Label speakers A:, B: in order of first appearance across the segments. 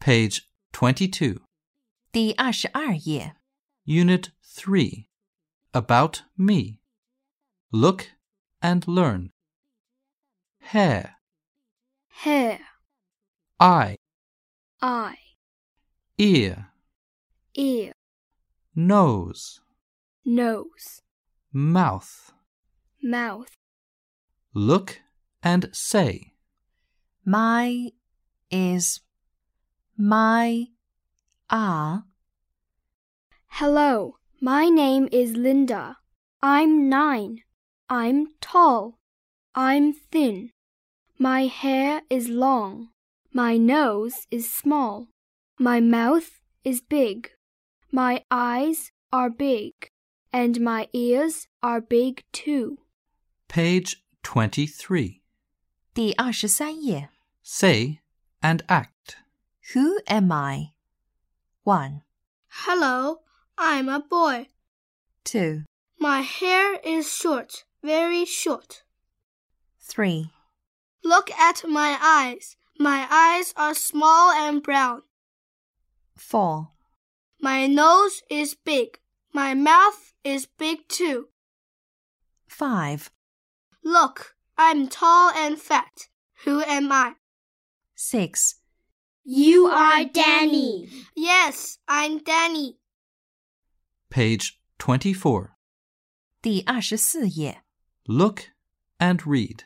A: Page 22,
B: 第二十二页。
A: Unit 3. About me. Look and learn. Hair,
C: hair,
A: eye,
C: eye,
A: ear,
C: ear,
A: nose,
C: nose,
A: mouth.
C: mouth,
A: Look and say.
B: My is my are
C: Hello, my name is Linda. I'm nine. I'm tall. I'm thin. My hair is long. My nose is small. My mouth is big. My eyes are big. And my ears are big too.
A: Page 23.
B: 第二十三页。
A: Say and act.
B: Who am I? One,
C: Hello, I'm a boy.
B: two,
C: My hair is short, very short.
B: three,
C: Look at my eyes. My eyes are small and brown.
B: four,
C: My nose is big. My mouth is big too.
B: five,
C: Look, I'm tall and fat. Who am I?
B: six,
C: You are Danny. Yes, I'm Danny.
A: Page 24.
B: 第二十四页。
A: Look and read.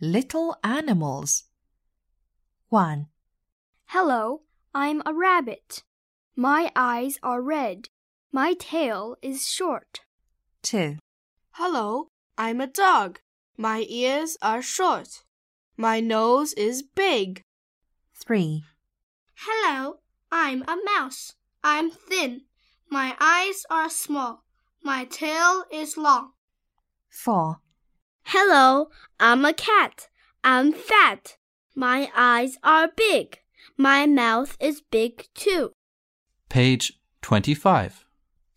B: Little animals. One,
C: Hello, I'm a rabbit. My eyes are red. My tail is short.
B: two,
D: Hello, I'm a dog. My ears are short. My nose is big.
B: three,
C: Hello, I'm a mouse. I'm thin. My eyes are small. My tail is long.
B: four,
C: Hello, I'm a cat. I'm fat. My eyes are big. My mouth is big too.
A: Page 25.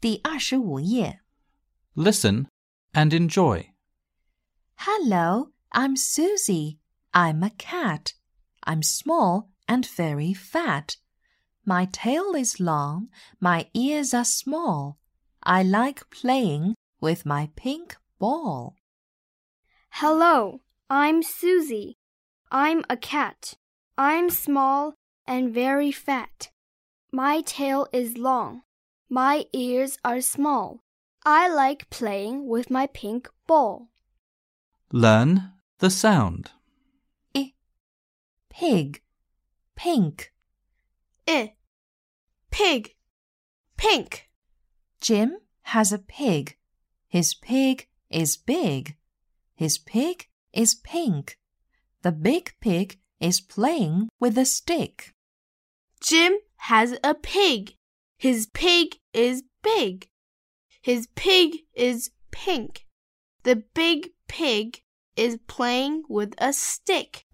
B: 第二十五页。
A: Listen and enjoy.
B: Hello, I'm Susie. I'm a cat. I'm small and very fat. My tail is long, my ears are small. I like playing with my pink ball.
C: Hello, I'm Susie. I'm a cat. I'm small and very fat. My tail is long. My ears are small. I like playing with my pink ball.
A: Learn the sound.
B: I, pig, pink,
D: I. Pig. Pink.
B: Jim has a pig. His pig is big. His pig is pink. The big pig is playing with a stick.
D: Jim has a pig. His pig is big. His pig is pink. The big pig is playing with a stick.